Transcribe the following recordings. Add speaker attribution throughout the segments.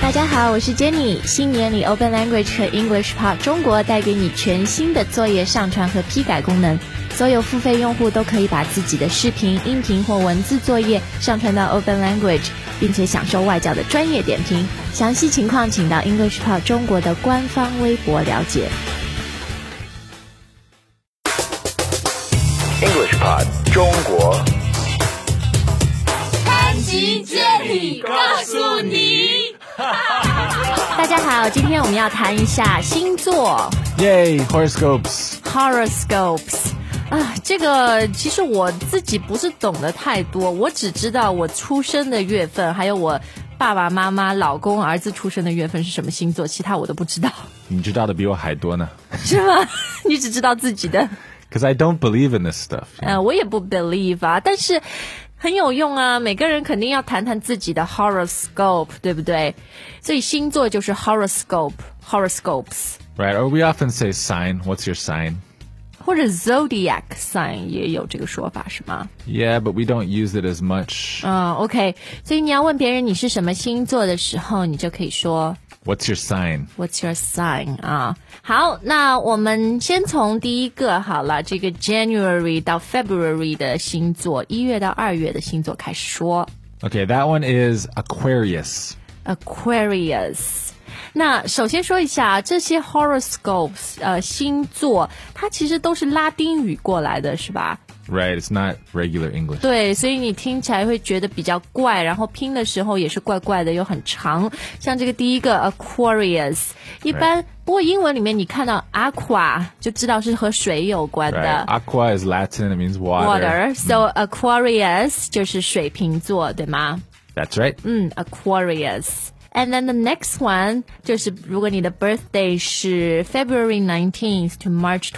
Speaker 1: 大家好，我是 Jenny。新年里 Open Language 和 English Pod 中国带给你全新的作业上传和批改功能。所有付费用户都可以把自己的视频、音频或文字作业上传到 Open Language，并且享受外教的专业点评。详细情况请到 English Pod 中国的官方微博了解。
Speaker 2: English Pod 中国
Speaker 3: 班级接力告诉你，
Speaker 1: 大家好，今天我们要谈一下星座
Speaker 4: 耶 h o r o s c o p e s
Speaker 1: horoscopes。啊，这个其实我自己不是懂得太多，我只知道我出生的月份，还有我爸爸妈妈、老公、儿子出生的月份是什么星座，其他我都不知道，
Speaker 4: 你知道的比我还多呢。
Speaker 1: 是吗？ 你只知道自己的，
Speaker 4: Cause I don't believe in this stuff。
Speaker 1: 呃，我也不 believe 啊，但是很有用啊，每个人肯定要谈谈自己的 horoscope，对不对？所以星座就是 horoscope，horoscopes。
Speaker 4: Right? Or we often say sign. What's your sign?
Speaker 1: 或者 zodiac sign 也有这个说法是吗？
Speaker 4: Yeah, but we don't use it as much.
Speaker 1: 嗯，OK，所以你要问别人你是什么星座的时候，你就可以说
Speaker 4: What's your sign?
Speaker 1: What's your sign 啊？好，那我们先从第一个好了，这个 January 到 February 的星座，一月到二月的星座开始说
Speaker 4: Okay, that one is Aquarius.
Speaker 1: Aquarius。那首先说一下这些 horoscopes，呃，星座它其实都是拉丁语过来的，是吧？
Speaker 4: Right? It's not regular English.
Speaker 1: 对，所以你听起来会觉得比较怪，然后拼的时候也是怪怪的，又很长。像这个第一个 Aquarius，一般不过英文里面你看到 aqua 就知道是和水有关
Speaker 4: Right?
Speaker 1: 的。
Speaker 4: Aqua is Latin. It means water.
Speaker 1: Water，so Aquarius 就是水瓶座，对吗？
Speaker 4: That's right.
Speaker 1: 嗯，Aquarius。And then the next one 就是如果你的 birthday 是 February nineteenth to March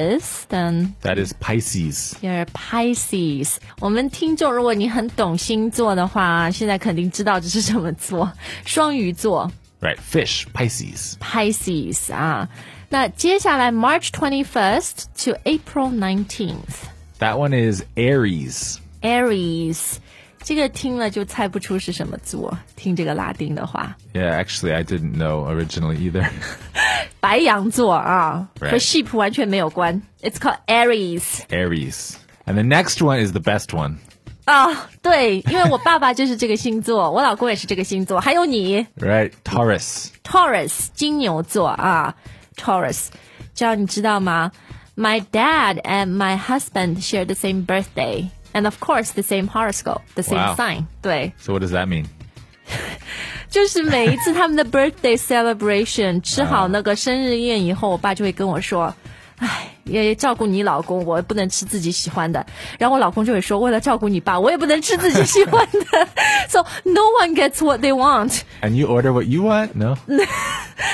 Speaker 1: twentieth，then
Speaker 4: That is Pisces.
Speaker 1: You're Pisces。我们听众，如果你很懂星座的话，现在肯定知道这是什么座， 双鱼座
Speaker 4: Right? Fish. Pisces.
Speaker 1: Pisces 啊。那接下来 March twenty first to April nineteenth
Speaker 4: That one is Aries.
Speaker 1: Aries，这个听了就猜不出是什么座，听这个拉丁的话，
Speaker 4: Yeah, actually, I didn't know originally either.
Speaker 1: 白羊座啊
Speaker 4: Right
Speaker 1: 和 sheep 完全没有关。It's called Aries。
Speaker 4: Aries. And the next one is the best one.
Speaker 1: 啊、对，因为我爸爸就是这个星座，我老公也是这个星座，还有你。
Speaker 4: Right? Taurus.
Speaker 1: Taurus 金牛座啊，Taurus，这样你知道吗？My dad and my husband share the same birthday. And of course, the same horoscope, the same
Speaker 4: Wow.
Speaker 1: sign. 对，
Speaker 4: So what does that mean?
Speaker 1: 就是每一次他们的 birthday celebration 吃好那个生日宴以后，我爸就会跟我说：“哎，也照顾你老公，我不能吃自己喜欢的。”然后我老公就会说：“为了照顾你爸，我也不能吃自己喜欢的。” So no one gets what they want.
Speaker 4: And you order what you want? No.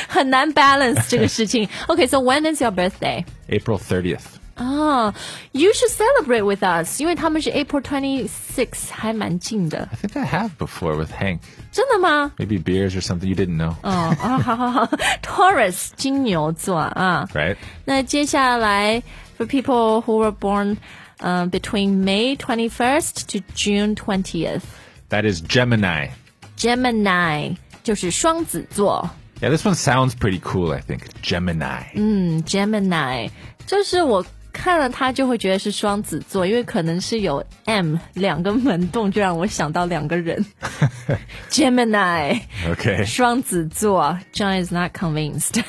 Speaker 1: 很难 balance 这个事情。Okay, so when is your birthday?
Speaker 4: April 30th.
Speaker 1: 哦、y o u should celebrate with us，因为他们是 April twenty six，还蛮近的，
Speaker 4: I think I have before with Hank.
Speaker 1: 真的吗？
Speaker 4: Maybe beers or something you didn't know.
Speaker 1: 哦，啊，好好好，Taurus 金牛座啊。
Speaker 4: Right?
Speaker 1: 那接下来，for people who were born，嗯、b e t w e e n May twenty first to June twentieth，Gemini
Speaker 4: That is Gemini.
Speaker 1: 就是双子座。
Speaker 4: Yeah, this one sounds pretty cool, I think. Gemini.
Speaker 1: Mm. Gemini，就是我看了它就会觉得是双子座，因为可能是有 M 两个门洞，就让我想到两个人。Gemini，
Speaker 4: Okay.
Speaker 1: 双子座。John is not convinced。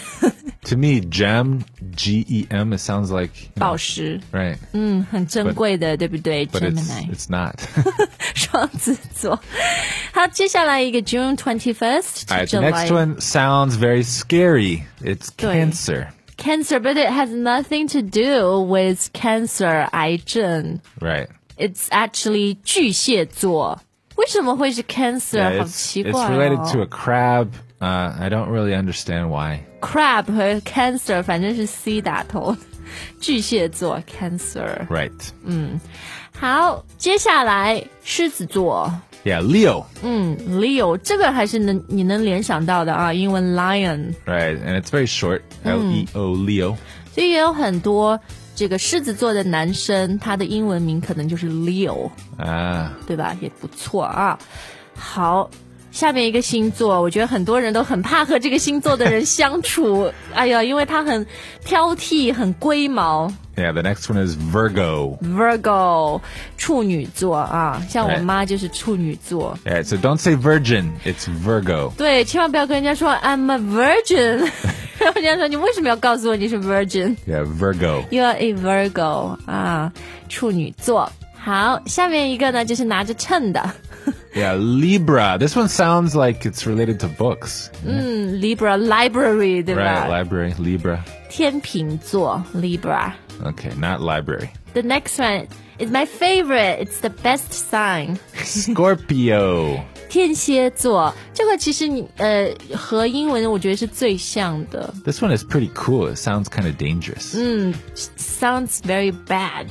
Speaker 4: To me, gem, G E M, it sounds like. you know,
Speaker 1: 宝石，
Speaker 4: Right.
Speaker 1: 嗯，很珍贵的，对不对
Speaker 4: But it's,
Speaker 1: Mm. ？Gemini，
Speaker 4: it's not.
Speaker 1: 双子座。好，接下来一个 June twenty first
Speaker 4: All
Speaker 1: to
Speaker 4: right, the next
Speaker 1: July
Speaker 4: one sounds very scary. It's
Speaker 1: Right.
Speaker 4: Cancer.
Speaker 1: Cancer，but it has nothing to do with cancer 癌症。
Speaker 4: Right.
Speaker 1: It's actually 巨蟹座。为什么会是 Cancer？、
Speaker 4: Yeah,
Speaker 1: 好
Speaker 4: it's,
Speaker 1: 奇
Speaker 4: it's
Speaker 1: 怪、哦、
Speaker 4: related to a crab. Uh, I don't really understand why.
Speaker 1: crab 和 Cancer，反正是 C 打头。 巨蟹座 Cancer。
Speaker 4: Right.
Speaker 1: Mm. 好，接下来狮子座
Speaker 4: Yeah, Leo.
Speaker 1: Leo，这个还是能你能联想到的啊，英文 Lion。
Speaker 4: Right, and it's very short. L E O Leo.
Speaker 1: 所以也有很多这个狮子座的男生，他的英文名可能就是 Leo，
Speaker 4: Ah,
Speaker 1: 对吧？也不错啊。好，下面一个星座，我觉得很多人都很怕和这个星座的人相处。哎呀，因为他很挑剔，很龟毛。
Speaker 4: Yeah, the next one is Virgo.
Speaker 1: Virgo，处女座啊，像我
Speaker 4: 哎
Speaker 1: 妈就是处女座。
Speaker 4: All right, so don't say virgin, it's Virgo.
Speaker 1: 对，千万不要跟人家说 I'm a virgin，人家说你为什么要告诉我你是 virgin？
Speaker 4: Yeah, Virgo.
Speaker 1: You're a Virgo 啊，处女座。好，下面一个呢就是拿着秤的，
Speaker 4: Yeah, Libra. This one sounds like it's related to books.
Speaker 1: 嗯，Libra Library 对
Speaker 4: Right,
Speaker 1: 吧
Speaker 4: library, Libra.
Speaker 1: 天秤座 Libra。
Speaker 4: Okay, not library.
Speaker 1: The next one is my favorite. It's the best sign.
Speaker 4: Scorpio.
Speaker 1: 天蝎座，这个其实你呃和英文我觉得是最像的。
Speaker 4: This one is pretty cool. It sounds kind of dangerous.
Speaker 1: Sounds very bad，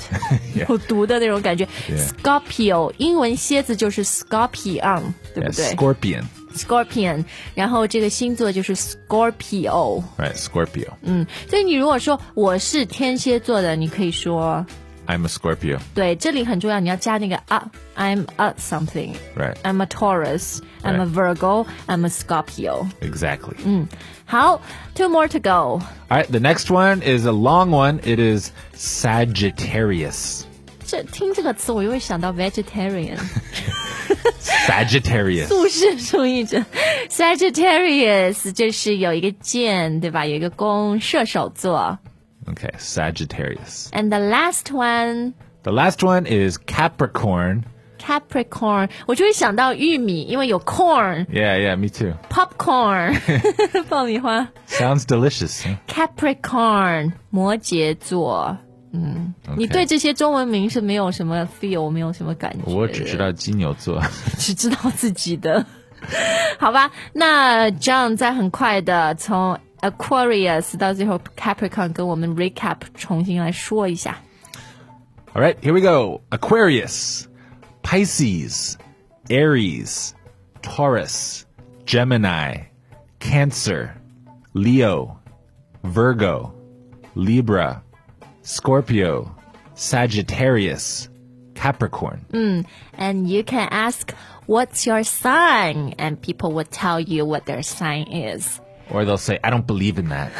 Speaker 1: 有 毒的那种感觉。
Speaker 4: Yeah
Speaker 1: Scorpio，英文蝎子就是 Scorpion，对
Speaker 4: Yeah,
Speaker 1: 不对？
Speaker 4: Scorpion.
Speaker 1: Scorpion，然后这个星座就是 Scorpio。
Speaker 4: Right, Scorpio.
Speaker 1: 嗯，所以你如果说我是天蝎座的，你可以说
Speaker 4: I'm a Scorpio.
Speaker 1: 对，这里很重要，你要加那个 a。I'm a something.
Speaker 4: Right.
Speaker 1: I'm a Taurus. I'm a Virgo. I'm a Scorpio.
Speaker 4: Exactly.
Speaker 1: 好，two more to go.
Speaker 4: All right, the next one is a long one. It is Sagittarius.
Speaker 1: 这听这个词，我又会想到 vegetarian，
Speaker 4: Sagittarius.
Speaker 1: 素食主义者。Sagittarius 就是有一个箭，对吧？有一个弓，射手座。
Speaker 4: Okay, Sagittarius.
Speaker 1: And the last one.
Speaker 4: The last one is Capricorn.
Speaker 1: Capricorn，我就会想到玉米，因为有 corn、
Speaker 4: Yeah, yeah, me too.
Speaker 1: popcorn 爆米花。
Speaker 4: Sounds delicious. huh?
Speaker 1: Capricorn 摩羯座，嗯
Speaker 4: Okay.
Speaker 1: 你对这些中文名是没有什么 feel，没有什么感觉的，
Speaker 4: 我只知道金牛 座。
Speaker 1: 只知道自己的， 好吧？那 John 在很快的从 Aquarius 到最后 Capricorn 跟我们 recap 重新来说一下。
Speaker 4: All right, here we go. Aquarius, Pisces, Aries, Taurus, Gemini, Cancer, Leo, Virgo, Libra, Scorpio, Sagittarius, Capricorn.
Speaker 1: And you can ask what's your sign, and people will tell you what their sign is.
Speaker 4: Or they'll say, I don't believe in that.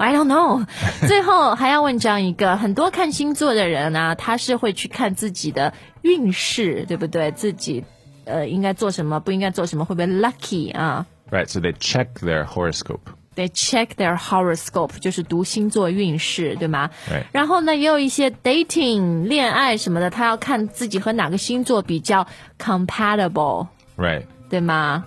Speaker 1: I don't know。最 后还要问这样一个，很多看星座的人啊，他是会去看自己的运势，对不对？自己呃应该做什么，不应该做什么，会不会 lucky 啊
Speaker 4: right, so they check their horoscope.
Speaker 1: ？They check their horoscope，就是读星座运势，对吗
Speaker 4: Right
Speaker 1: 然后呢，也有一些 dating 恋爱什么的，他要看自己和哪个星座比较 compatible，
Speaker 4: Right,
Speaker 1: 对吗？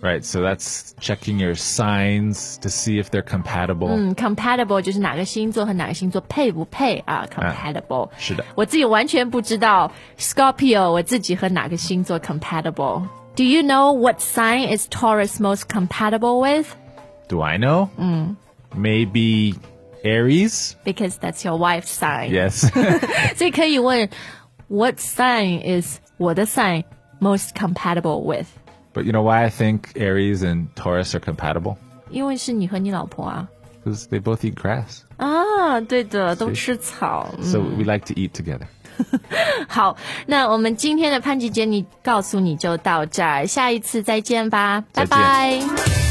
Speaker 4: right. So that's checking your signs to see if they're compatible.
Speaker 1: 嗯，compatible 就是哪个星座和哪个星座配不配啊？compatible、
Speaker 4: 是的
Speaker 1: 我自己完全不知道 Scorpio 我自己和哪个星座 compatible。Do you know what sign is Taurus most compatible with?
Speaker 4: Do I know? Maybe Aries?
Speaker 1: Because that's your wife's sign.
Speaker 4: Yes.
Speaker 1: 所以可以问 What sign is 我的 sign most compatible with？
Speaker 4: But you know why I think Aries and Taurus are compatible?
Speaker 1: 因为是你和你老婆啊。
Speaker 4: Because they both eat grass.
Speaker 1: 啊，对的，都吃草。嗯
Speaker 4: So we like to eat together.
Speaker 1: 好，那我们今天的潘吉杰尼告诉你就到这儿，下一次再见吧，拜
Speaker 4: 再见
Speaker 1: 拜。